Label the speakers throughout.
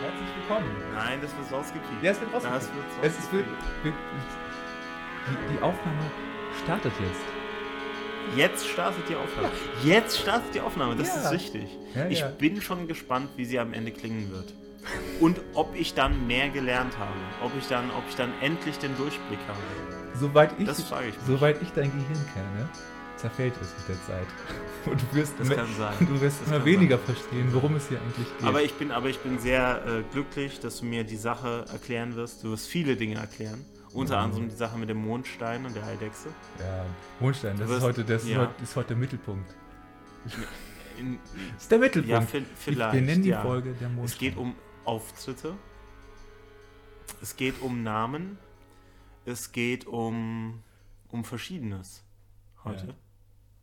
Speaker 1: herzlich willkommen.
Speaker 2: Nein, das wird rausgekriegt.
Speaker 1: Ja, es wird rausgekriegt.
Speaker 2: Das wird
Speaker 1: Es ist für,
Speaker 2: rausgekriegt.
Speaker 1: für, die, die Aufnahme startet jetzt.
Speaker 2: Jetzt startet die Aufnahme. Jetzt startet die Aufnahme, das
Speaker 1: Ja.
Speaker 2: ist richtig.
Speaker 1: Ja,
Speaker 2: ich
Speaker 1: ja.
Speaker 2: bin schon gespannt, wie sie am Ende klingen wird. Und ob ich dann mehr gelernt habe. Ob ich dann, ob ich dann endlich den Durchblick habe.
Speaker 1: Soweit ich,
Speaker 2: Das frage ich mich.
Speaker 1: soweit ich dein Gehirn kenne, zerfällt es mit der Zeit. Und du wirst,
Speaker 2: Das
Speaker 1: immer-
Speaker 2: kann sein.
Speaker 1: du wirst
Speaker 2: Das
Speaker 1: immer
Speaker 2: kann
Speaker 1: weniger verstehen, worum es hier eigentlich geht.
Speaker 2: Aber ich bin, aber ich bin sehr äh, glücklich, dass du mir die Sache erklären wirst. Du wirst viele Dinge erklären. Unter
Speaker 1: Mhm.
Speaker 2: anderem die Sache mit dem Mondstein und der Eidechse.
Speaker 1: ja, Mondstein, das,
Speaker 2: Du
Speaker 1: ist,
Speaker 2: wirst-
Speaker 1: heute, das
Speaker 2: ja.
Speaker 1: ist, heute, ist heute der Mittelpunkt.
Speaker 2: In,
Speaker 1: Das ist der Mittelpunkt.
Speaker 2: ja, vi- vielleicht.
Speaker 1: Wir nennen die
Speaker 2: ja.
Speaker 1: Folge der Mondstein.
Speaker 2: Es geht um Auftritte. Es geht um Namen. Es geht um, um Verschiedenes heute.
Speaker 1: Ja.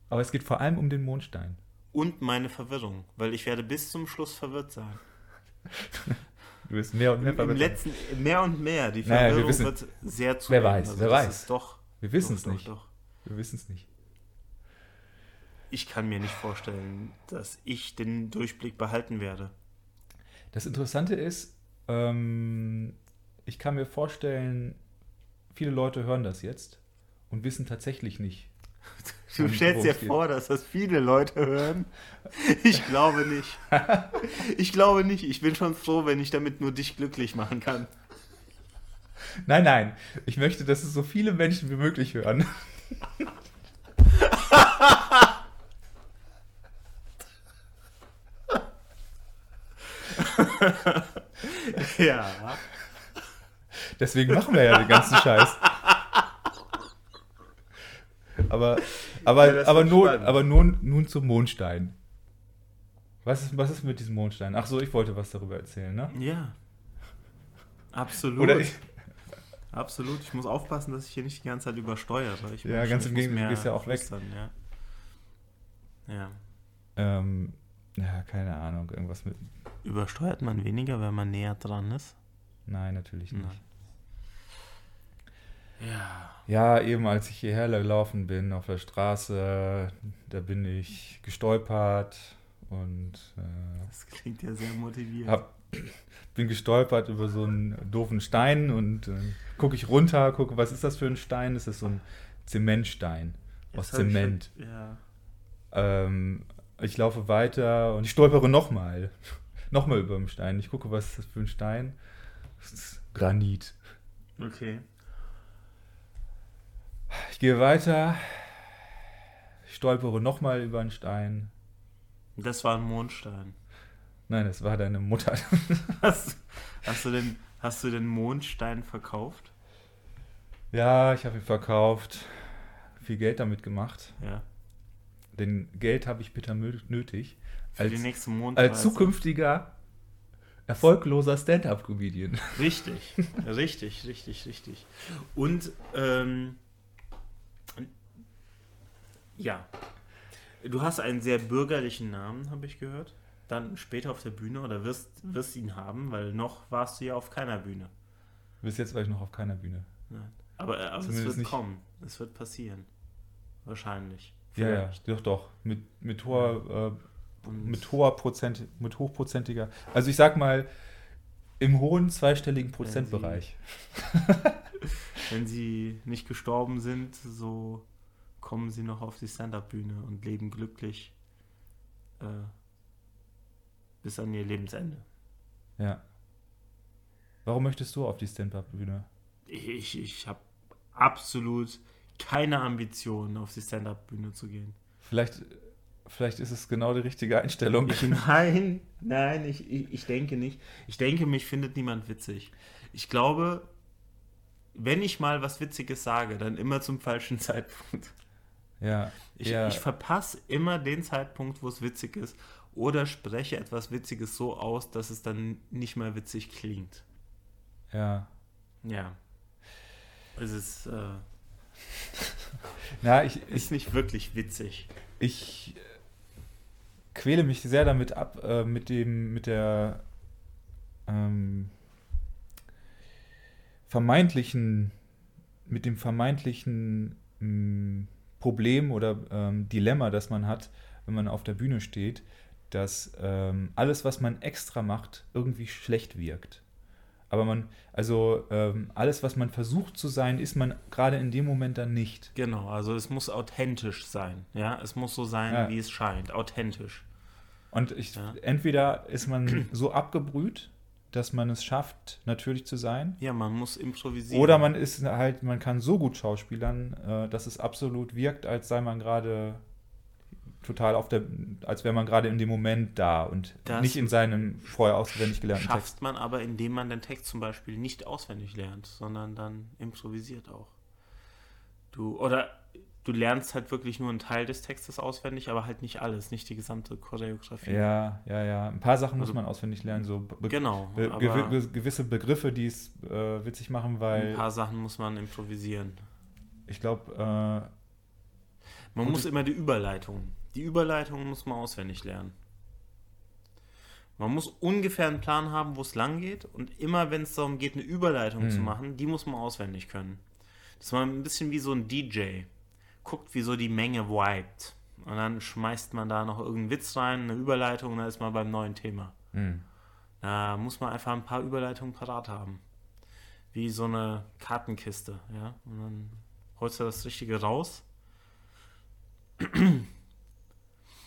Speaker 1: Aber es geht vor allem um den Mondstein.
Speaker 2: Und meine Verwirrung, weil ich werde bis zum Schluss verwirrt sein.
Speaker 1: Du wirst mehr und mehr
Speaker 2: Im
Speaker 1: verwirrt.
Speaker 2: letzten, mehr und mehr. Die
Speaker 1: Naja, wir
Speaker 2: Verwirrung
Speaker 1: wissen-
Speaker 2: wird sehr zu.
Speaker 1: Wer weiß, wer
Speaker 2: das
Speaker 1: weiß.
Speaker 2: Ist doch,
Speaker 1: Wir wissen
Speaker 2: doch,
Speaker 1: es
Speaker 2: doch,
Speaker 1: nicht.
Speaker 2: Doch.
Speaker 1: Wir wissen es nicht.
Speaker 2: Ich kann mir nicht vorstellen, dass ich den Durchblick behalten werde.
Speaker 1: Das Interessante ist, ähm, ich kann mir vorstellen, viele Leute hören das jetzt und wissen tatsächlich nicht.
Speaker 2: Du
Speaker 1: Und
Speaker 2: stellst dir
Speaker 1: worum es geht.
Speaker 2: vor, dass das viele Leute hören. Ich glaube nicht. Ich glaube nicht. Ich bin schon froh, wenn ich damit nur dich glücklich machen kann.
Speaker 1: Nein, nein, ich möchte, dass es so viele Menschen wie möglich hören.
Speaker 2: Ja.
Speaker 1: Deswegen machen wir ja den ganzen Scheiß. Aber,
Speaker 2: Ja,
Speaker 1: aber,
Speaker 2: das
Speaker 1: aber,
Speaker 2: wird
Speaker 1: nun,
Speaker 2: spannend.
Speaker 1: aber nun, nun zum Mondstein. Was ist, was ist mit diesem Mondstein? Ach so, ich wollte was darüber erzählen, ne?
Speaker 2: Ja. Absolut.
Speaker 1: Oder ich,
Speaker 2: Absolut. Ich muss aufpassen, dass ich hier nicht die ganze Zeit übersteuere. Ich
Speaker 1: Ja,
Speaker 2: merke
Speaker 1: ganz
Speaker 2: schon,
Speaker 1: im
Speaker 2: ich muss
Speaker 1: Gegenteil, du
Speaker 2: mehr
Speaker 1: gehst ja auch weg.
Speaker 2: flüstern, Ja. ja.
Speaker 1: ähm, ja, keine Ahnung, irgendwas mit.
Speaker 2: Übersteuert man weniger, wenn man näher dran ist?
Speaker 1: Nein, natürlich nicht.
Speaker 2: Nein. Ja.
Speaker 1: Ja, eben als ich hierher gelaufen bin auf der Straße, da bin ich gestolpert und äh,
Speaker 2: Das klingt ja sehr motivierend.
Speaker 1: hab, bin gestolpert über so einen doofen Stein und äh, gucke ich runter, gucke, was ist das für ein Stein? Das ist so ein Zementstein aus
Speaker 2: Jetzt hab ich
Speaker 1: Zement.
Speaker 2: schon- Ja.
Speaker 1: Ähm, ich laufe weiter und ich stolpere nochmal. nochmal über den Stein. Ich gucke, was ist das für ein Stein? Das ist Granit.
Speaker 2: Okay.
Speaker 1: Ich gehe weiter, ich stolpere nochmal über einen Stein.
Speaker 2: Das war ein Mondstein.
Speaker 1: Nein, das war deine Mutter.
Speaker 2: Hast, hast, du, den, hast du den Mondstein verkauft?
Speaker 1: ja, ich habe ihn verkauft, viel Geld damit gemacht.
Speaker 2: Ja.
Speaker 1: Denn Geld habe ich bitter mö- nötig.
Speaker 2: Für
Speaker 1: Als,
Speaker 2: den nächsten Mond.
Speaker 1: als zukünftiger erfolgloser Stand-up-Comedian.
Speaker 2: Richtig, richtig, richtig, richtig. Und ähm, ja, du hast einen sehr bürgerlichen Namen, habe ich gehört. Dann später auf der Bühne oder wirst, wirst ihn haben, weil noch warst du ja auf keiner Bühne.
Speaker 1: Bis jetzt war ich noch auf keiner Bühne.
Speaker 2: Nein. Aber, äh, aber es
Speaker 1: Zumindest
Speaker 2: wird
Speaker 1: nicht-
Speaker 2: kommen. Es wird passieren. Wahrscheinlich.
Speaker 1: Ja, ja, doch, doch. Mit, mit hoher, äh,
Speaker 2: Und-
Speaker 1: mit hoher Prozent, mit hochprozentiger. Also ich sag mal, im hohen zweistelligen Prozentbereich.
Speaker 2: Wenn sie nicht gestorben sind, so kommen sie noch auf die Stand-Up-Bühne und leben glücklich äh, bis an ihr Lebensende.
Speaker 1: Ja. Warum möchtest du auf die Stand-up-Bühne?
Speaker 2: Ich, ich habe absolut keine Ambition, auf die Stand-Up-Bühne zu gehen.
Speaker 1: Vielleicht, vielleicht ist es genau die richtige Einstellung.
Speaker 2: Ich, nein, nein, ich, ich, ich denke nicht. Ich denke, mich findet niemand witzig. Ich glaube, wenn ich mal was Witziges sage, dann immer zum falschen Zeitpunkt.
Speaker 1: ja,
Speaker 2: Ich,
Speaker 1: ja,
Speaker 2: ich verpasse immer den Zeitpunkt, wo es witzig ist oder spreche etwas Witziges so aus, dass es dann nicht mehr witzig klingt.
Speaker 1: ja.
Speaker 2: Ja. Es ist, äh,
Speaker 1: Na, ich, ich,
Speaker 2: ist nicht wirklich witzig.
Speaker 1: ich äh, quäle mich sehr damit ab, äh, mit dem, mit der ähm, vermeintlichen, mit dem vermeintlichen mm, mh, Problem oder ähm, Dilemma, das man hat, wenn man auf der Bühne steht, dass ähm, alles, was man extra macht, irgendwie schlecht wirkt. Aber man, also ähm, alles, was man versucht zu sein, ist man gerade in dem Moment dann nicht.
Speaker 2: Genau, also es muss authentisch sein. Ja, es muss so sein,
Speaker 1: Ja.
Speaker 2: wie es scheint. Authentisch.
Speaker 1: Und ich,
Speaker 2: Ja.
Speaker 1: entweder ist man so abgebrüht, dass man es schafft, natürlich zu sein,
Speaker 2: Ja, man muss improvisieren.
Speaker 1: Oder man ist halt, man kann so gut schauspielern, äh, dass es absolut wirkt, als sei man gerade total auf der, als wäre man gerade in dem Moment da und
Speaker 2: Das
Speaker 1: nicht in seinem vorher auswendig gelernten Text.
Speaker 2: schafft man aber, indem man den Text zum Beispiel nicht auswendig lernt, sondern dann improvisiert auch. Du, oder du lernst halt wirklich nur einen Teil des Textes auswendig, aber halt nicht alles, nicht die gesamte Choreografie.
Speaker 1: Ja, ja, ja. Ein paar Sachen muss
Speaker 2: Also-
Speaker 1: man auswendig lernen, so be
Speaker 2: Genau.
Speaker 1: be
Speaker 2: aber
Speaker 1: gewi- ge gewisse Begriffe, die es äh, witzig machen,
Speaker 2: ein
Speaker 1: weil
Speaker 2: paar Sachen muss man improvisieren.
Speaker 1: ich äh, glaube,
Speaker 2: Man
Speaker 1: Gute-
Speaker 2: muss immer die Überleitung. Die Überleitung muss man auswendig lernen. Man muss ungefähr einen Plan haben, wo es lang geht. Und immer, wenn es darum geht, eine Überleitung zu
Speaker 1: Hm.
Speaker 2: machen, die muss man auswendig können. Das war ein bisschen wie so ein DJ. Guckt, wie so die Menge vibet. Und dann schmeißt man da noch irgendeinen Witz rein, eine Überleitung, und dann ist man beim neuen Thema.
Speaker 1: äh, hm,
Speaker 2: Da muss man einfach ein paar Überleitungen parat haben. Wie so eine Kartenkiste, ja. Und dann holst du das Richtige raus.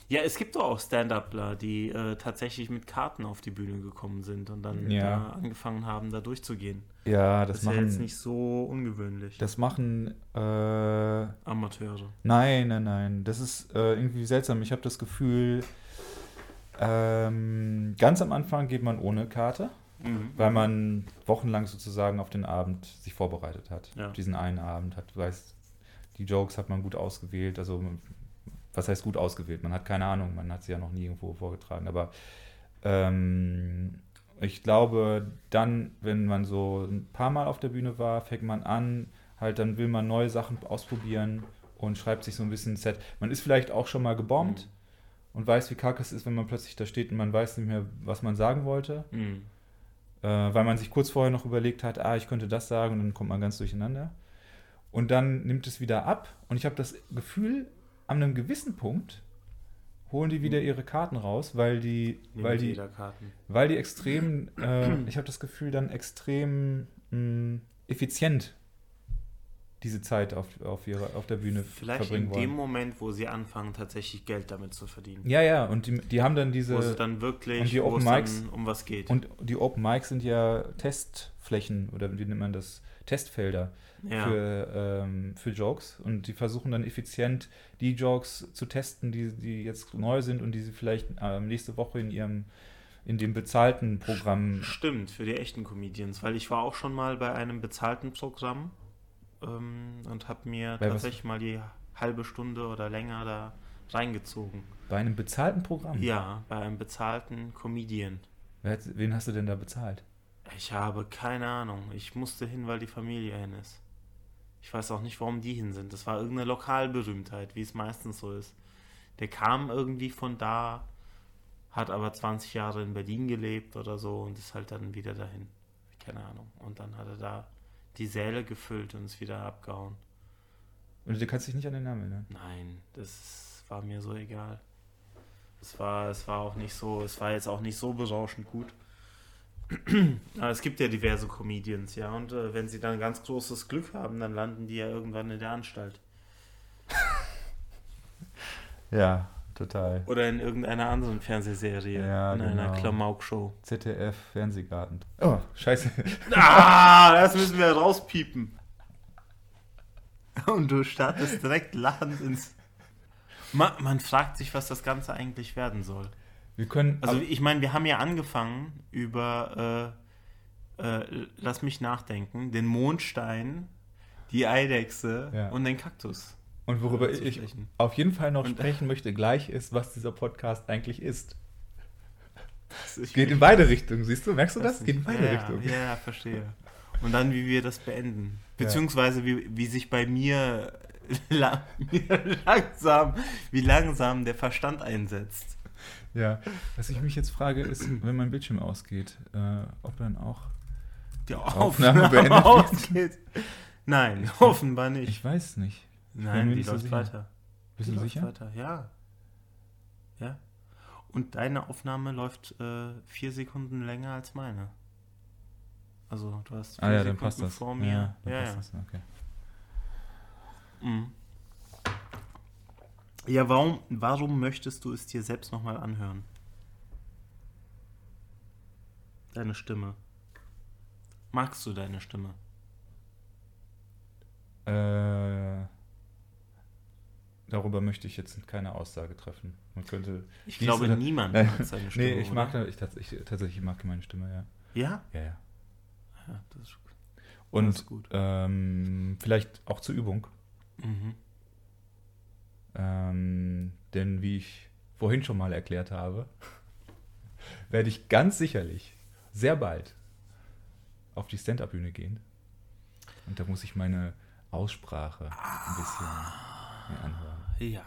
Speaker 2: Ja, es gibt doch auch Stand-Upler, die äh, tatsächlich mit Karten auf die Bühne gekommen sind und dann
Speaker 1: Ja.
Speaker 2: da angefangen haben, da durchzugehen.
Speaker 1: ja, das,
Speaker 2: Das, ist ja
Speaker 1: machen,
Speaker 2: jetzt nicht so ungewöhnlich.
Speaker 1: das machen, äh,
Speaker 2: Amateure.
Speaker 1: Nein, nein, nein. Das ist äh, irgendwie seltsam. Ich habe das Gefühl, ähm, ganz am Anfang geht man ohne Karte,
Speaker 2: Mhm.
Speaker 1: weil man wochenlang sozusagen auf den Abend sich vorbereitet hat.
Speaker 2: Ja.
Speaker 1: Auf Diesen einen Abend hat, du weißt, die Jokes hat man gut ausgewählt. Also, was heißt gut ausgewählt? Man hat keine Ahnung, man hat sie ja noch nie irgendwo vorgetragen. Aber ähm, ich glaube, dann, wenn man so ein paar Mal auf der Bühne war, fängt man an, halt dann will man neue Sachen ausprobieren und schreibt sich so ein bisschen ein Set. Man ist vielleicht auch schon mal gebombt und weiß, wie kacke es ist, wenn man plötzlich da steht und man weiß nicht mehr, was man sagen wollte,
Speaker 2: Mhm.
Speaker 1: äh, weil man sich kurz vorher noch überlegt hat, ah, ich könnte das sagen und dann kommt man ganz durcheinander. Und dann nimmt es wieder ab und ich habe das Gefühl, an einem gewissen Punkt holen die wieder ihre Karten raus, weil die,
Speaker 2: Nehmen
Speaker 1: weil die
Speaker 2: jeder Karten.
Speaker 1: weil die extrem, äh, ich habe das Gefühl, dann extrem mh, effizient diese Zeit auf, auf, ihrer, auf der Bühne
Speaker 2: Vielleicht in
Speaker 1: verbringen
Speaker 2: dem
Speaker 1: wollen.
Speaker 2: Moment, wo sie anfangen, tatsächlich Geld damit zu verdienen.
Speaker 1: Ja, ja, und die, die haben dann diese.
Speaker 2: wo es dann wirklich
Speaker 1: und die
Speaker 2: wo es
Speaker 1: Open Mics-
Speaker 2: dann um was geht.
Speaker 1: und die Open Mics sind ja Testflächen oder wie nennt man das? Testfelder
Speaker 2: ja.
Speaker 1: für, ähm, für Jokes. Und die versuchen dann effizient die Jokes zu testen, die, die jetzt neu sind und die sie vielleicht ähm, nächste Woche in ihrem, in dem bezahlten Programm
Speaker 2: Stimmt, für die echten Comedians, weil ich war auch schon mal bei einem bezahlten Programm ähm, und habe mir
Speaker 1: Bei was?
Speaker 2: tatsächlich mal die halbe Stunde oder länger da reingezogen.
Speaker 1: bei einem bezahlten Programm.
Speaker 2: Ja, bei einem bezahlten Comedian.
Speaker 1: Wer hat, wen hast du denn da bezahlt?
Speaker 2: Ich habe keine Ahnung. Ich musste hin, weil die Familie hin ist. Ich weiß auch nicht, warum die hin sind. Das war irgendeine Lokalberühmtheit, wie es meistens so ist. Der kam irgendwie von da, hat aber 20 Jahre in Berlin gelebt oder so und ist halt dann wieder dahin. Keine Ahnung. Und dann hat er da die Säle gefüllt und ist wieder abgehauen.
Speaker 1: Und du kannst dich nicht an den Namen erinnern.
Speaker 2: Nein, das war mir so egal. Es war, es war auch nicht so, es war jetzt auch nicht so berauschend gut. Aber es gibt ja diverse Comedians, ja, und äh, wenn sie dann ganz großes Glück haben, dann landen die ja irgendwann in der Anstalt.
Speaker 1: Ja, total.
Speaker 2: Oder in irgendeiner anderen Fernsehserie.
Speaker 1: Ja,
Speaker 2: in einer
Speaker 1: genau.
Speaker 2: Klamaukshow.
Speaker 1: ZDF Fernsehgarten. Oh, scheiße.
Speaker 2: Ah, das müssen wir rauspiepen. Und du startest direkt lachend ins. Man, man fragt sich, was das Ganze eigentlich werden soll.
Speaker 1: Wir können.
Speaker 2: Also
Speaker 1: ab-
Speaker 2: ich meine, wir haben ja angefangen über, äh, äh, lass mich nachdenken, den Mondstein, die Eidechse
Speaker 1: Ja.
Speaker 2: und den Kaktus.
Speaker 1: und worüber
Speaker 2: zu
Speaker 1: ich
Speaker 2: sprechen.
Speaker 1: auf jeden Fall noch
Speaker 2: Und-
Speaker 1: sprechen möchte, gleich ist, was dieser Podcast eigentlich ist.
Speaker 2: Das ist-
Speaker 1: Geht in beide Richtungen, siehst du? Merkst du das?
Speaker 2: weiß
Speaker 1: Geht in
Speaker 2: nicht.
Speaker 1: beide
Speaker 2: ja,
Speaker 1: Richtungen.
Speaker 2: Ja, ja, verstehe. Und dann, wie wir das beenden. Beziehungsweise, wie, wie sich bei mir, la mir langsam, wie langsam der Verstand einsetzt.
Speaker 1: Ja. Was ich mich jetzt frage, ist, wenn mein Bildschirm ausgeht, äh, ob dann auch.
Speaker 2: Die
Speaker 1: Aufnahme beendet.
Speaker 2: ausgeht. Nein, offenbar nicht.
Speaker 1: Ich weiß nicht. bin mir
Speaker 2: Nein, die
Speaker 1: nicht so
Speaker 2: läuft
Speaker 1: sicher.
Speaker 2: weiter.
Speaker 1: Bist du
Speaker 2: Die läuft
Speaker 1: sicher?
Speaker 2: Weiter. Ja. Ja. Und deine Aufnahme läuft äh, vier Sekunden länger als meine. Also du hast vier
Speaker 1: Ah ja, dann
Speaker 2: Sekunden
Speaker 1: passt das.
Speaker 2: vor mir.
Speaker 1: Ja,
Speaker 2: Ja,
Speaker 1: dann
Speaker 2: ja.
Speaker 1: passt das. Okay.
Speaker 2: Mhm. Ja, warum, warum möchtest du es dir selbst nochmal anhören? Deine Stimme. Magst du deine Stimme?
Speaker 1: Äh, darüber möchte ich jetzt keine Aussage treffen. Man könnte.
Speaker 2: Ich
Speaker 1: Siehst
Speaker 2: glaube,
Speaker 1: du da-
Speaker 2: niemand
Speaker 1: Nein.
Speaker 2: mag seine Stimme.
Speaker 1: nee, ich
Speaker 2: oder?
Speaker 1: mag, ich, tats- ich, tatsächlich mag ich meine Stimme, ja.
Speaker 2: Ja?
Speaker 1: Ja, ja.
Speaker 2: ja das ist gut. Das
Speaker 1: Und
Speaker 2: ist gut.
Speaker 1: ähm, vielleicht auch zur Übung.
Speaker 2: Mhm.
Speaker 1: Ähm, denn wie ich vorhin schon mal erklärt habe, werde ich ganz sicherlich sehr bald auf die Stand-Up-Bühne gehen. Und da muss ich meine Aussprache ein bisschen mir anhören.
Speaker 2: Ja.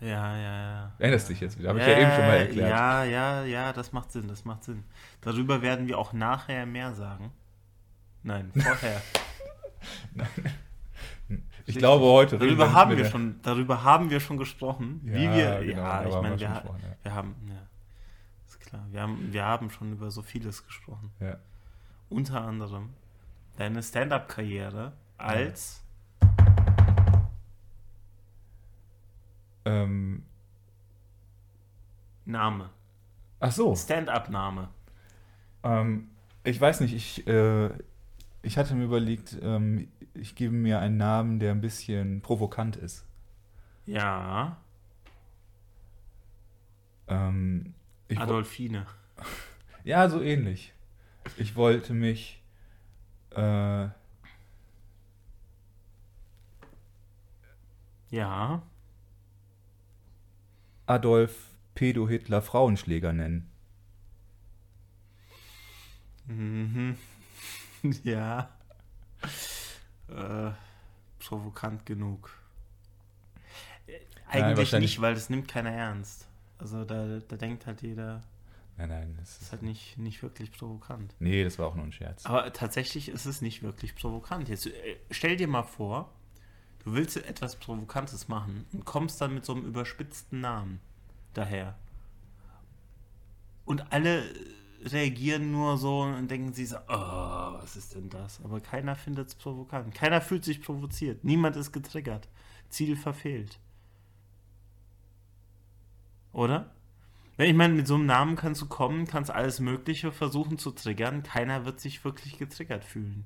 Speaker 2: Ja, ja, ja.
Speaker 1: Erinnerst dich jetzt wieder? Habe ich ja eben schon mal erklärt.
Speaker 2: Äh, Ja, ja, ja, das macht Sinn, das macht Sinn. Darüber werden wir auch nachher mehr sagen. Nein, vorher.
Speaker 1: Ich glaube, heute reden
Speaker 2: darüber
Speaker 1: wir
Speaker 2: haben
Speaker 1: mit
Speaker 2: wir
Speaker 1: der-
Speaker 2: schon, darüber haben wir schon gesprochen,
Speaker 1: Ja,
Speaker 2: wie wir,
Speaker 1: genau,
Speaker 2: ja,
Speaker 1: darüber
Speaker 2: ich
Speaker 1: haben wir
Speaker 2: meine,
Speaker 1: schon
Speaker 2: wir, ha-
Speaker 1: gesprochen, ja.
Speaker 2: wir haben, ja, ist klar, wir haben, wir haben schon über so vieles gesprochen.
Speaker 1: Ja.
Speaker 2: Unter anderem deine Stand-up-Karriere als,
Speaker 1: Ähm,
Speaker 2: Name.
Speaker 1: ach so.
Speaker 2: Stand-up-Name.
Speaker 1: Ähm, ich weiß nicht, ich, äh, ich hatte mir überlegt, ähm, ich gebe mir einen Namen, der ein bisschen provokant ist.
Speaker 2: Ja,
Speaker 1: Ähm, ich wo-
Speaker 2: Adolfine.
Speaker 1: ja, so ähnlich. Ich wollte mich. Äh,
Speaker 2: Ja,
Speaker 1: Adolf Pedo Hitler Frauenschläger nennen.
Speaker 2: mhm. ja, äh, provokant genug. Äh, Eigentlich
Speaker 1: wahrscheinlich-
Speaker 2: nicht, weil das nimmt keiner ernst. Also da, da denkt halt jeder,
Speaker 1: Nein, nein, das
Speaker 2: Das ist
Speaker 1: ist.
Speaker 2: halt nicht, nicht wirklich provokant.
Speaker 1: Nee, das war auch nur ein Scherz.
Speaker 2: Aber tatsächlich ist es nicht wirklich provokant. Jetzt äh, stell dir mal vor, du willst etwas Provokantes machen und kommst dann mit so einem überspitzten Namen daher. Und alle äh, reagieren nur so und denken sie so, oh, was ist denn das? Aber keiner findet es provokant. Keiner fühlt sich provoziert. Niemand ist getriggert. Ziel verfehlt. Oder? Ja, Ich meine, mit so einem Namen kannst du kommen, kannst alles Mögliche versuchen zu triggern. Keiner wird sich wirklich getriggert fühlen.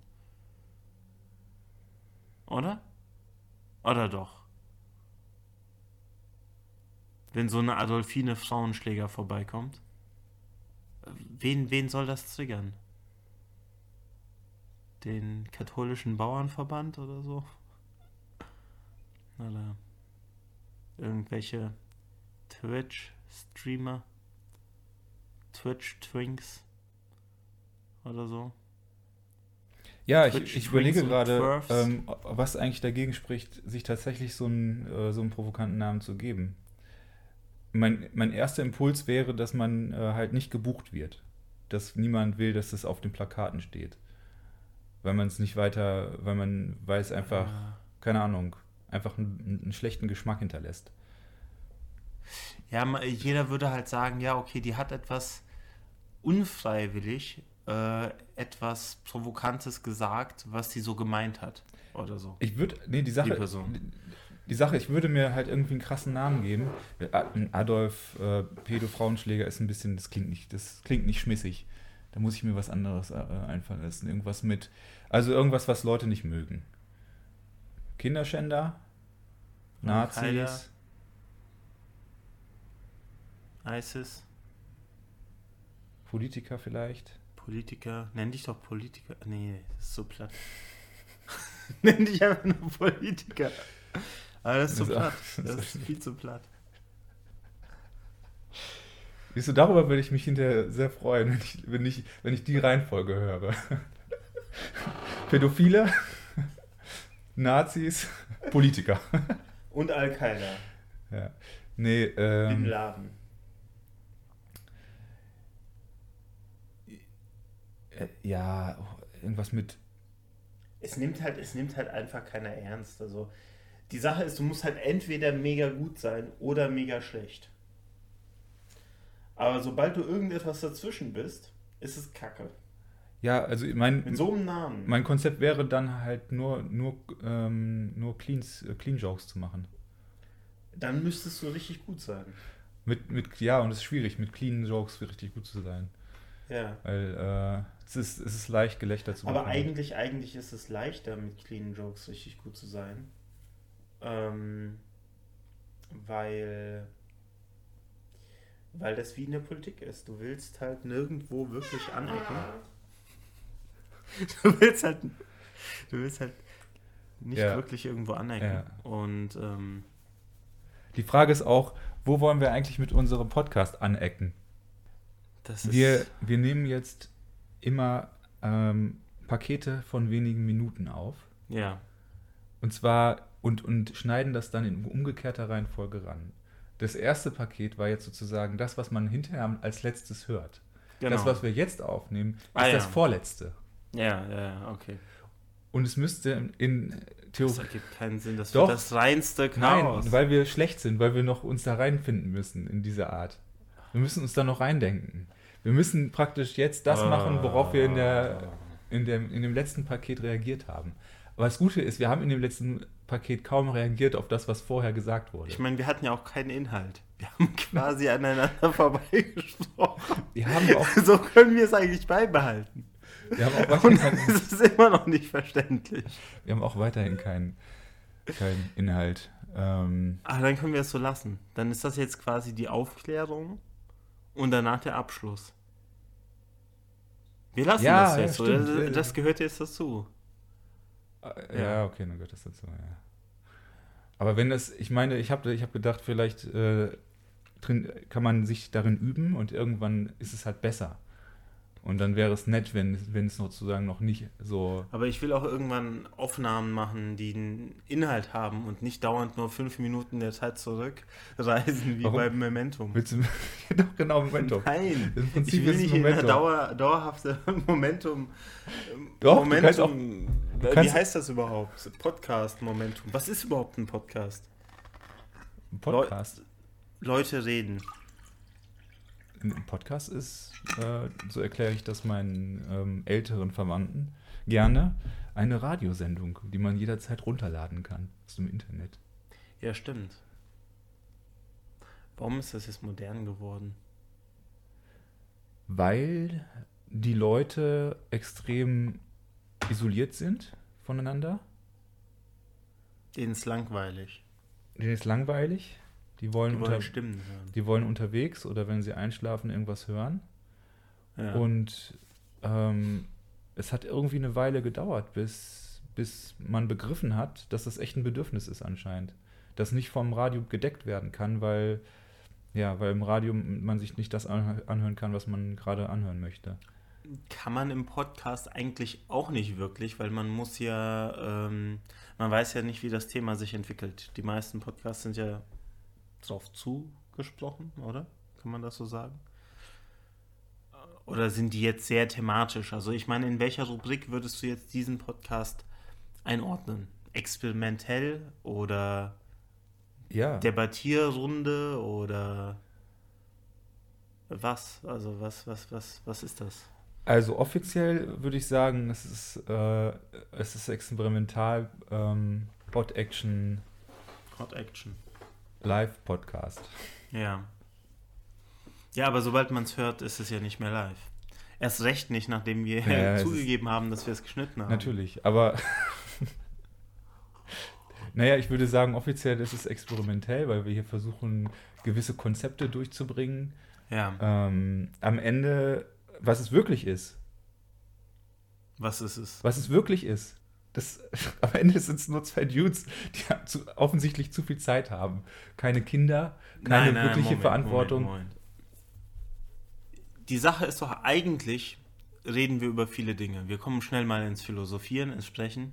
Speaker 2: Oder? Oder doch? Wenn so eine Adolfine Frauenschläger vorbeikommt. Wen, wen soll das triggern? Den katholischen Bauernverband oder so? Oder irgendwelche Twitch-Streamer, Twitch-Twinks oder so.
Speaker 1: Ja, ich,
Speaker 2: Twitch,
Speaker 1: ich überlege
Speaker 2: Twinks und
Speaker 1: gerade,
Speaker 2: Twerfs.
Speaker 1: ähm, was eigentlich dagegen spricht, sich tatsächlich so einen, äh, so einen provokanten Namen zu geben. Mein, mein erster Impuls wäre, dass man äh, halt nicht gebucht wird. Dass niemand will, dass es auf den Plakaten steht. Weil man es nicht weiter, weil man weiß einfach,
Speaker 2: Äh,
Speaker 1: keine Ahnung, einfach einen, einen schlechten Geschmack hinterlässt.
Speaker 2: Ja, ma- jeder würde halt sagen, ja, okay, die hat etwas unfreiwillig, äh, etwas Provokantes gesagt, was sie so gemeint hat. Oder so.
Speaker 1: Ich würde, nee, die Sache,
Speaker 2: Die Person.
Speaker 1: die Sache, ich würde mir halt irgendwie einen krassen Namen geben. Ein Adolf äh, Pedo Frauenschläger ist ein bisschen, das klingt nicht, das klingt nicht schmissig. Da muss ich mir was anderes äh, einfallen lassen, irgendwas mit, also irgendwas, was Leute nicht mögen. Kinderschänder,
Speaker 2: Al-Qaida.
Speaker 1: Nazis,
Speaker 2: ISIS,
Speaker 1: Politiker vielleicht.
Speaker 2: Politiker, nenn dich doch Politiker. Nee, das ist so platt. nenn dich einfach nur Politiker. Aber das ist zu
Speaker 1: Das ist
Speaker 2: platt.
Speaker 1: auch-
Speaker 2: Das ist viel zu platt.
Speaker 1: Siehst du, darüber würde ich mich hinterher sehr freuen, wenn ich, wenn ich, wenn ich die Reihenfolge höre. Pädophile, Nazis, Politiker.
Speaker 2: Und Al-Qaida.
Speaker 1: Ja. Nee,
Speaker 2: Bin
Speaker 1: ähm,
Speaker 2: Laden.
Speaker 1: äh, ja, oh, irgendwas mit.
Speaker 2: Es nimmt halt, es nimmt halt einfach keiner ernst. Also die Sache ist, du musst halt entweder mega gut sein oder mega schlecht. Aber sobald du irgendetwas dazwischen bist, ist es Kacke.
Speaker 1: Ja, also mein,
Speaker 2: Mit so einem Namen.
Speaker 1: mein Konzept wäre dann halt nur, nur, ähm, nur Cleans, äh, Clean Jokes zu machen.
Speaker 2: dann müsstest du richtig gut sein.
Speaker 1: Mit, mit, ja, und es ist schwierig, mit Clean Jokes richtig gut zu sein.
Speaker 2: Ja.
Speaker 1: Weil äh, es, ist, es ist leicht, Gelächter zu
Speaker 2: Aber
Speaker 1: bekommen.
Speaker 2: eigentlich, eigentlich ist es leichter, mit cleanen Jokes richtig gut zu sein. Ähm, weil, weil das wie in der Politik ist. Du willst halt nirgendwo wirklich anecken. Du willst halt, du willst halt nicht
Speaker 1: Ja.
Speaker 2: wirklich irgendwo anecken.
Speaker 1: Ja.
Speaker 2: Und ähm,
Speaker 1: Die Frage ist auch, wo wollen wir eigentlich mit unserem Podcast anecken?
Speaker 2: das ist.
Speaker 1: Wir, wir nehmen jetzt immer ähm, Pakete von wenigen Minuten auf.
Speaker 2: ja,
Speaker 1: Und zwar und, und schneiden das dann in umgekehrter Reihenfolge ran. Das erste Paket war jetzt sozusagen das, was man hinterher als letztes hört.
Speaker 2: genau.
Speaker 1: Das, was wir jetzt aufnehmen, ist
Speaker 2: Ah, ja.
Speaker 1: das vorletzte.
Speaker 2: ja, ja, ja, okay.
Speaker 1: Und es müsste in, in
Speaker 2: Das
Speaker 1: Theorie.
Speaker 2: ergibt keinen Sinn. Das
Speaker 1: Doch.
Speaker 2: wird das reinste Chaos.
Speaker 1: Nein, weil wir schlecht sind, weil wir noch uns da reinfinden müssen in diese Art. Wir müssen uns da noch reindenken. Wir müssen praktisch jetzt das
Speaker 2: Ah.
Speaker 1: machen, worauf wir in, der, in, dem, in dem letzten Paket reagiert haben. Aber das Gute ist, wir haben in dem letzten Paket kaum reagiert auf das, was vorher gesagt wurde.
Speaker 2: Ich meine, wir hatten ja auch keinen Inhalt. Wir haben quasi aneinander vorbeigesprochen.
Speaker 1: Wir haben auch,
Speaker 2: So können wir es eigentlich beibehalten.
Speaker 1: wir haben auch
Speaker 2: Und
Speaker 1: weiterhin, keinen-
Speaker 2: es ist immer noch nicht verständlich.
Speaker 1: wir haben auch weiterhin keinen, keinen Inhalt. Ähm,
Speaker 2: Aber Ah, dann können wir es so lassen. Dann ist das jetzt quasi die Aufklärung und danach der Abschluss. Wir lassen
Speaker 1: Ja,
Speaker 2: das
Speaker 1: ja,
Speaker 2: jetzt so.
Speaker 1: stimmt.
Speaker 2: Das, das gehört jetzt dazu.
Speaker 1: äh,
Speaker 2: Ja.
Speaker 1: ja. okay, dann gehört das dazu. Ja. Aber wenn das, ich meine, ich habe ich hab gedacht, vielleicht äh, drin, kann man sich darin üben und irgendwann ist es halt besser. Und dann wäre es nett, wenn, es- wenn es sozusagen noch nicht so.
Speaker 2: Aber ich will auch irgendwann Aufnahmen machen, die einen Inhalt haben und nicht dauernd nur fünf Minuten der Zeit zurückreisen wie
Speaker 1: Warum?
Speaker 2: beim Momentum.
Speaker 1: Willst du, doch, genau, Momentum.
Speaker 2: Nein,
Speaker 1: Im Prinzip
Speaker 2: ich will
Speaker 1: ist es
Speaker 2: nicht in der
Speaker 1: Momentum.
Speaker 2: Dauer, dauerhafte Momentum. ähm,
Speaker 1: Doch, du kannst auch-
Speaker 2: Momentum. äh, Wie
Speaker 1: kannst-
Speaker 2: heißt das überhaupt? Podcast Momentum. Was ist überhaupt ein Podcast?
Speaker 1: Ein Podcast.
Speaker 2: Leute reden.
Speaker 1: Ein Podcast ist, äh, so erkläre ich das meinen ähm, älteren Verwandten gerne, eine Radiosendung, die man jederzeit runterladen kann aus dem Internet.
Speaker 2: Ja, stimmt. Warum ist das jetzt modern geworden?
Speaker 1: Weil die Leute extrem isoliert sind voneinander.
Speaker 2: Denen ist langweilig.
Speaker 1: Denen ist langweilig. Die wollen,
Speaker 2: Die wollen
Speaker 1: unter,
Speaker 2: Stimmen hören.
Speaker 1: die wollen unterwegs oder wenn sie einschlafen irgendwas hören.
Speaker 2: Ja.
Speaker 1: Und ähm, es hat irgendwie eine Weile gedauert, bis, bis man begriffen hat, dass das echt ein Bedürfnis ist anscheinend. Das nicht vom Radio gedeckt werden kann, weil, ja, weil im Radio man sich nicht das anhö- anhören kann, was man gerade anhören möchte.
Speaker 2: Kann man im Podcast eigentlich auch nicht wirklich, weil man muss ja, ähm, man weiß ja nicht, wie das Thema sich entwickelt. Die meisten Podcasts sind ja drauf zugesprochen, oder? Kann man das so sagen? Oder sind die jetzt sehr thematisch? Also ich meine, in welcher Rubrik würdest du jetzt diesen Podcast einordnen? Experimentell oder
Speaker 1: Ja,
Speaker 2: Debattierrunde oder was? Also was, was, was, was ist das?
Speaker 1: also offiziell würde ich sagen, es ist, äh, es ist experimental ähm, Bot Action
Speaker 2: Hot Action.
Speaker 1: Live Podcast.
Speaker 2: Ja. Ja, aber sobald man es hört, ist es ja nicht mehr live. Erst recht nicht, nachdem wir
Speaker 1: Ja, es
Speaker 2: zugegeben haben, dass wir es geschnitten haben.
Speaker 1: Natürlich, aber. naja, ich würde sagen, offiziell ist es experimentell, weil wir hier versuchen, gewisse Konzepte durchzubringen.
Speaker 2: Ja,
Speaker 1: Ähm, am Ende, was es wirklich ist.
Speaker 2: was ist es?
Speaker 1: Was es wirklich ist. Das, am Ende sind es nur zwei Dudes, die zu, offensichtlich zu viel Zeit haben. Keine Kinder, keine wirkliche
Speaker 2: Moment,
Speaker 1: Verantwortung.
Speaker 2: Moment, Moment. Die Sache ist doch eigentlich, reden wir über viele Dinge. Wir kommen schnell mal ins Philosophieren, ins Sprechen.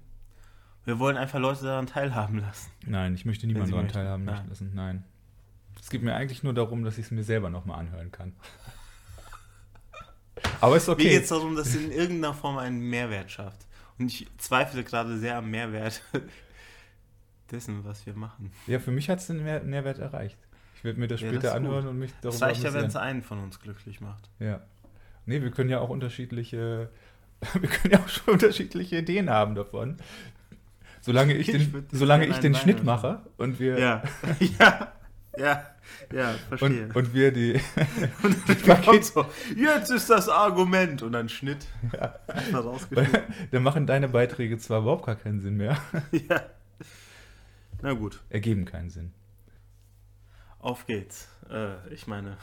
Speaker 2: Wir wollen einfach Leute daran teilhaben lassen.
Speaker 1: Nein, ich möchte niemanden
Speaker 2: sie
Speaker 1: daran
Speaker 2: möchten.
Speaker 1: teilhaben
Speaker 2: Nein.
Speaker 1: lassen. lassen. Nein. Es geht mir eigentlich nur darum, dass ich es mir selber nochmal anhören kann. Aber ist okay.
Speaker 2: Mir geht es darum, dass sie in irgendeiner Form einen Mehrwert schafft. Und ich zweifle gerade sehr am Mehrwert dessen, was wir machen.
Speaker 1: Ja, für mich hat es den Mehr Nährwert erreicht. Ich werde mir das
Speaker 2: Ja,
Speaker 1: später
Speaker 2: das ist gut.
Speaker 1: anhören und mich darüber
Speaker 2: Es reicht ja, wenn es
Speaker 1: amüsieren.
Speaker 2: einen von uns glücklich macht.
Speaker 1: Ja. Nee, wir können ja auch unterschiedliche, wir können ja auch schon unterschiedliche Ideen haben davon. Solange ich
Speaker 2: Ich
Speaker 1: den,
Speaker 2: würd-
Speaker 1: solange
Speaker 2: ich
Speaker 1: ich
Speaker 2: würd
Speaker 1: den
Speaker 2: einen
Speaker 1: Schnitt
Speaker 2: Wein
Speaker 1: mache und wir,
Speaker 2: Ja, ja, ja, ja, verstehe.
Speaker 1: und, und wir die,
Speaker 2: Und
Speaker 1: die
Speaker 2: dann kommt
Speaker 1: Paket-
Speaker 2: so, jetzt ist das Argument und dann Schnitt. Einfach rausgeschnitten.
Speaker 1: dann machen deine Beiträge zwar überhaupt gar keinen Sinn mehr,
Speaker 2: ja. Na gut,
Speaker 1: ergeben keinen Sinn.
Speaker 2: auf geht's. Äh, ich meine.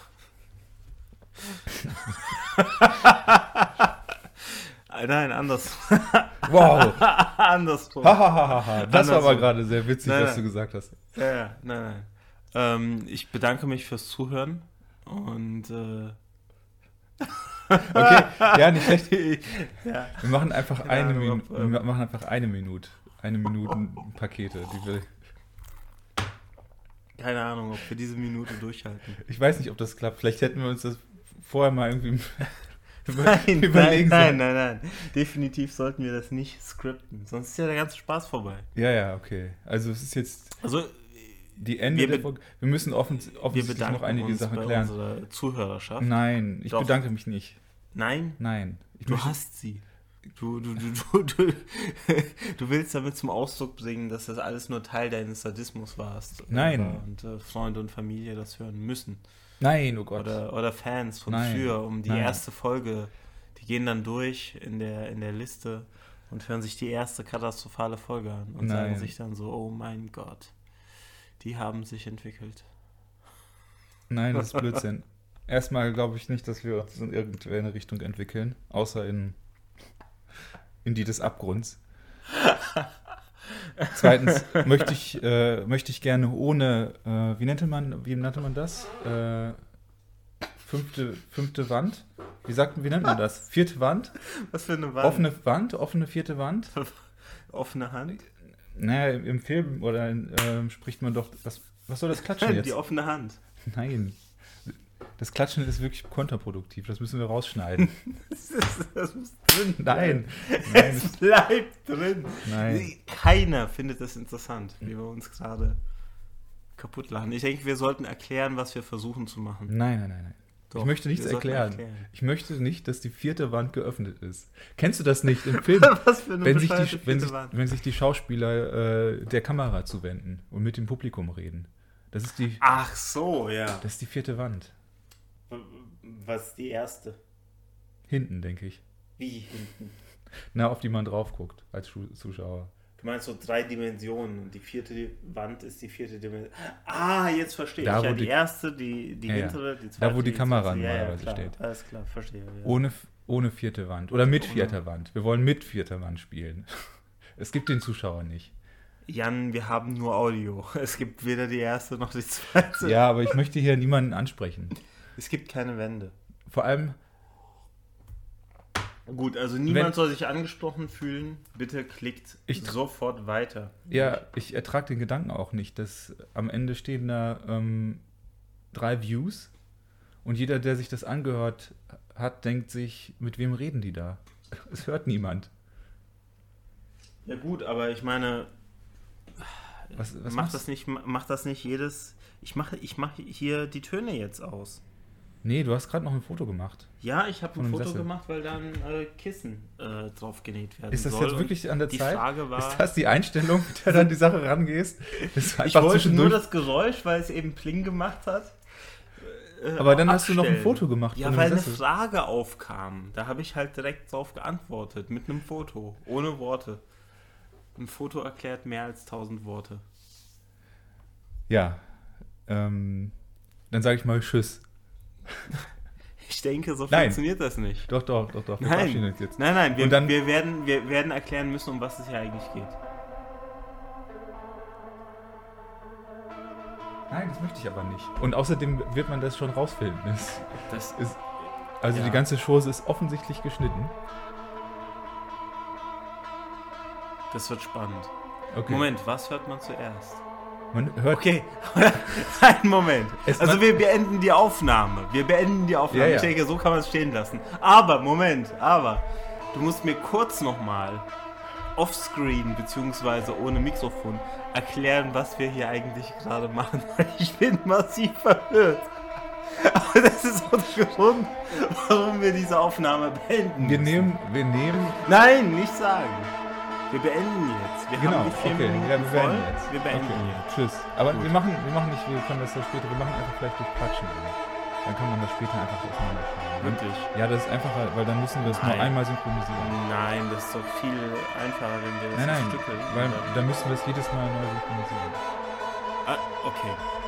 Speaker 2: Ah, Nein, anders.
Speaker 1: Wow!
Speaker 2: Andersrum.
Speaker 1: Hahaha, das war aber
Speaker 2: Andersrum.
Speaker 1: gerade sehr witzig,
Speaker 2: Nein,
Speaker 1: was
Speaker 2: nein.
Speaker 1: du gesagt hast.
Speaker 2: Ja, ja, nein, nein. Ähm, ich bedanke mich fürs Zuhören und äh,
Speaker 1: Okay, ja, nicht schlecht.
Speaker 2: ja.
Speaker 1: Wir machen einfach
Speaker 2: Keine
Speaker 1: eine
Speaker 2: Ahnung,
Speaker 1: Minute,
Speaker 2: ob, ähm,
Speaker 1: wir machen einfach eine Minute, eine Minuten Pakete. Die wir,
Speaker 2: keine Ahnung, ob wir diese Minute durchhalten.
Speaker 1: ich weiß nicht, ob das klappt. Vielleicht hätten wir uns das vorher mal irgendwie über-
Speaker 2: Nein, nein,
Speaker 1: überlegen
Speaker 2: nein,
Speaker 1: sollen.
Speaker 2: nein, nein. Definitiv sollten wir das nicht skripten, sonst ist ja der ganze Spaß vorbei.
Speaker 1: Ja, ja, okay. Also es ist jetzt
Speaker 2: Also
Speaker 1: die Ende
Speaker 2: Wir
Speaker 1: der
Speaker 2: be-
Speaker 1: Folge. Wir müssen offen,
Speaker 2: wir
Speaker 1: offensichtlich
Speaker 2: bedanken
Speaker 1: noch einige
Speaker 2: uns
Speaker 1: Sachen
Speaker 2: bei
Speaker 1: klären.
Speaker 2: unserer Zuhörerschaft.
Speaker 1: Nein, ich
Speaker 2: Doch.
Speaker 1: bedanke mich nicht.
Speaker 2: Nein,
Speaker 1: Nein. Ich
Speaker 2: du
Speaker 1: möchte-
Speaker 2: hast sie. Du, du, du, du, du, du willst damit zum Ausdruck bringen, dass das alles nur Teil deines Sadismus warst.
Speaker 1: Nein.
Speaker 2: Und äh, Freunde und Familie das hören müssen.
Speaker 1: nein, oh Gott.
Speaker 2: Oder, oder Fans von
Speaker 1: Nein,
Speaker 2: früher um die
Speaker 1: nein.
Speaker 2: erste Folge. Die gehen dann durch in der, in der Liste und hören sich die erste katastrophale Folge an und sagen
Speaker 1: Nein.
Speaker 2: sich dann so, oh mein Gott, die haben sich entwickelt.
Speaker 1: Nein, das ist Blödsinn. Erstmal glaube ich nicht, dass wir uns in irgendeine Richtung entwickeln, außer in, in die des Abgrunds. Zweitens möchte ich, äh, möchte ich gerne ohne, äh, wie, nannte man, wie nannte man das? Äh, fünfte, fünfte Wand? Wie, sagt, wie nennt man das? Vierte Wand?
Speaker 2: Was für eine Wand?
Speaker 1: Offene Wand? Offene vierte Wand?
Speaker 2: Offene Hand?
Speaker 1: Naja, im, im Film oder in, ähm, spricht man doch, was, was soll das Klatschen jetzt?
Speaker 2: Die offene Hand.
Speaker 1: Nein. Das Klatschen ist wirklich kontraproduktiv. Das müssen wir rausschneiden.
Speaker 2: Das, ist, das muss drin.
Speaker 1: Nein.
Speaker 2: bleiben.
Speaker 1: Nein.
Speaker 2: Es bleibt drin.
Speaker 1: Nein.
Speaker 2: Keiner findet das interessant, wie wir uns gerade kaputt lachen. Ich denke, wir sollten erklären, was wir versuchen zu machen.
Speaker 1: Nein, nein, nein. nein.
Speaker 2: Doch,
Speaker 1: ich möchte nichts
Speaker 2: wir sollten
Speaker 1: erklären. Ich möchte nicht, dass die vierte Wand geöffnet ist. Kennst du das nicht im Film?
Speaker 2: Was für eine
Speaker 1: wenn, sich
Speaker 2: bescheuerte
Speaker 1: die, wenn, sich,
Speaker 2: Vierte Wand.
Speaker 1: wenn sich die Schauspieler äh, der Kamera zuwenden und mit dem Publikum reden. Das ist die,
Speaker 2: Ach so, ja.
Speaker 1: das ist die vierte Wand.
Speaker 2: Was ist die erste?
Speaker 1: Hinten, denke ich.
Speaker 2: Wie hinten?
Speaker 1: Na, auf die man drauf guckt als Schu- Zuschauer.
Speaker 2: Du meinst so drei Dimensionen und die vierte Wand ist die vierte Dimension. Ah, jetzt verstehe
Speaker 1: Da,
Speaker 2: ich.
Speaker 1: wo
Speaker 2: Ja, die,
Speaker 1: die-
Speaker 2: erste, die, die
Speaker 1: Ja, ja.
Speaker 2: hintere, die zweite.
Speaker 1: wo die Kamera
Speaker 2: dritte.
Speaker 1: normalerweise
Speaker 2: ja, klar.
Speaker 1: steht.
Speaker 2: Alles klar, verstehe. Ja.
Speaker 1: Ohne, ohne vierte Wand. Oder mit
Speaker 2: Ohne.
Speaker 1: vierter Wand. Wir wollen mit vierter Wand spielen. Es gibt den Zuschauer nicht.
Speaker 2: Jan, wir haben nur Audio. Es gibt weder die erste noch die zweite.
Speaker 1: Ja, aber ich möchte hier niemanden ansprechen.
Speaker 2: Es gibt keine Wände.
Speaker 1: Vor allem,
Speaker 2: Gut, also niemand
Speaker 1: Wenn-
Speaker 2: soll sich angesprochen fühlen. Bitte klickt
Speaker 1: Ich-
Speaker 2: sofort weiter.
Speaker 1: ja, ich ertrage den Gedanken auch nicht, dass am Ende stehen da ähm, drei Views und jeder, der sich das angehört hat, denkt sich, mit wem reden die da? Es hört niemand.
Speaker 2: Ja gut, aber ich meine,
Speaker 1: Was, was
Speaker 2: macht
Speaker 1: machst-
Speaker 2: das nicht, macht das nicht jedes. Ich mache, ich mache hier die Töne jetzt aus.
Speaker 1: Nee, du hast gerade noch ein Foto gemacht.
Speaker 2: Ja, ich habe
Speaker 1: Von
Speaker 2: ein
Speaker 1: dem
Speaker 2: Foto
Speaker 1: Sessel.
Speaker 2: gemacht, weil da ein äh, Kissen äh, drauf genäht werden
Speaker 1: Ist das
Speaker 2: soll.
Speaker 1: jetzt wirklich an der
Speaker 2: die
Speaker 1: Zeit?
Speaker 2: Frage war-
Speaker 1: ist das die Einstellung, mit der du an die Sache rangehst? Das
Speaker 2: Und ich wollte
Speaker 1: einfach
Speaker 2: nur
Speaker 1: zwischendurch.
Speaker 2: das Geräusch, weil es eben Pling gemacht hat. äh,
Speaker 1: Aber dann hast du noch ein
Speaker 2: abstellen.
Speaker 1: Foto gemacht von
Speaker 2: Ja,
Speaker 1: dem
Speaker 2: weil eine
Speaker 1: Sessel.
Speaker 2: Frage aufkam. Da habe ich halt direkt drauf geantwortet. Mit einem Foto. Ohne Worte. Ein Foto erklärt mehr als tausend Worte.
Speaker 1: ja. Ähm, dann sage ich mal Tschüss.
Speaker 2: Ich denke, so
Speaker 1: Nein.
Speaker 2: funktioniert das nicht.
Speaker 1: Doch, doch, doch, doch. Wir verabschieden
Speaker 2: Nein.
Speaker 1: uns jetzt.
Speaker 2: nein, nein, wir,
Speaker 1: Und dann-
Speaker 2: wir, werden, wir werden erklären müssen, um was es hier eigentlich geht.
Speaker 1: Nein, das möchte ich aber nicht. Und außerdem wird man das schon rausfinden. Es
Speaker 2: Das
Speaker 1: ist, also
Speaker 2: Ja.
Speaker 1: die ganze Chose ist offensichtlich geschnitten.
Speaker 2: Das wird spannend.
Speaker 1: Okay.
Speaker 2: Moment, was hört man zuerst?
Speaker 1: Man hört,
Speaker 2: Okay, einen Moment.
Speaker 1: Es-
Speaker 2: also wir beenden die Aufnahme. Wir beenden die Aufnahme.
Speaker 1: Ja, ja.
Speaker 2: Ich denke, so kann man es stehen lassen. Aber, Moment, aber, du musst mir kurz nochmal offscreen beziehungsweise ohne Mikrofon erklären, was wir hier eigentlich gerade machen. Ich bin massiv verwirrt. Aber das ist auch der Grund, warum wir diese Aufnahme beenden.
Speaker 1: Wir
Speaker 2: müssen.
Speaker 1: nehmen, wir nehmen,
Speaker 2: Nein, nicht sagen. Wir beenden jetzt. Wir
Speaker 1: genau,
Speaker 2: haben die vier
Speaker 1: okay,
Speaker 2: Minuten
Speaker 1: ja, wir
Speaker 2: voll.
Speaker 1: beenden jetzt.
Speaker 2: Wir beenden
Speaker 1: okay,
Speaker 2: jetzt.
Speaker 1: Tschüss. Aber
Speaker 2: Gut.
Speaker 1: wir machen, wir machen nicht, wir können das ja später, wir machen einfach vielleicht durch Platschen. irgendwie. Dann kann man das später einfach auseinanderschneiden.
Speaker 2: Wirklich.
Speaker 1: Ja, das ist einfacher, weil dann müssen wir es nur
Speaker 2: Nein.
Speaker 1: einmal synchronisieren.
Speaker 2: Nein, das ist doch viel einfacher, wenn wir das
Speaker 1: Nein, nein,
Speaker 2: stückeln.
Speaker 1: weil dann müssen wir es jedes Mal neu synchronisieren.
Speaker 2: ah, okay.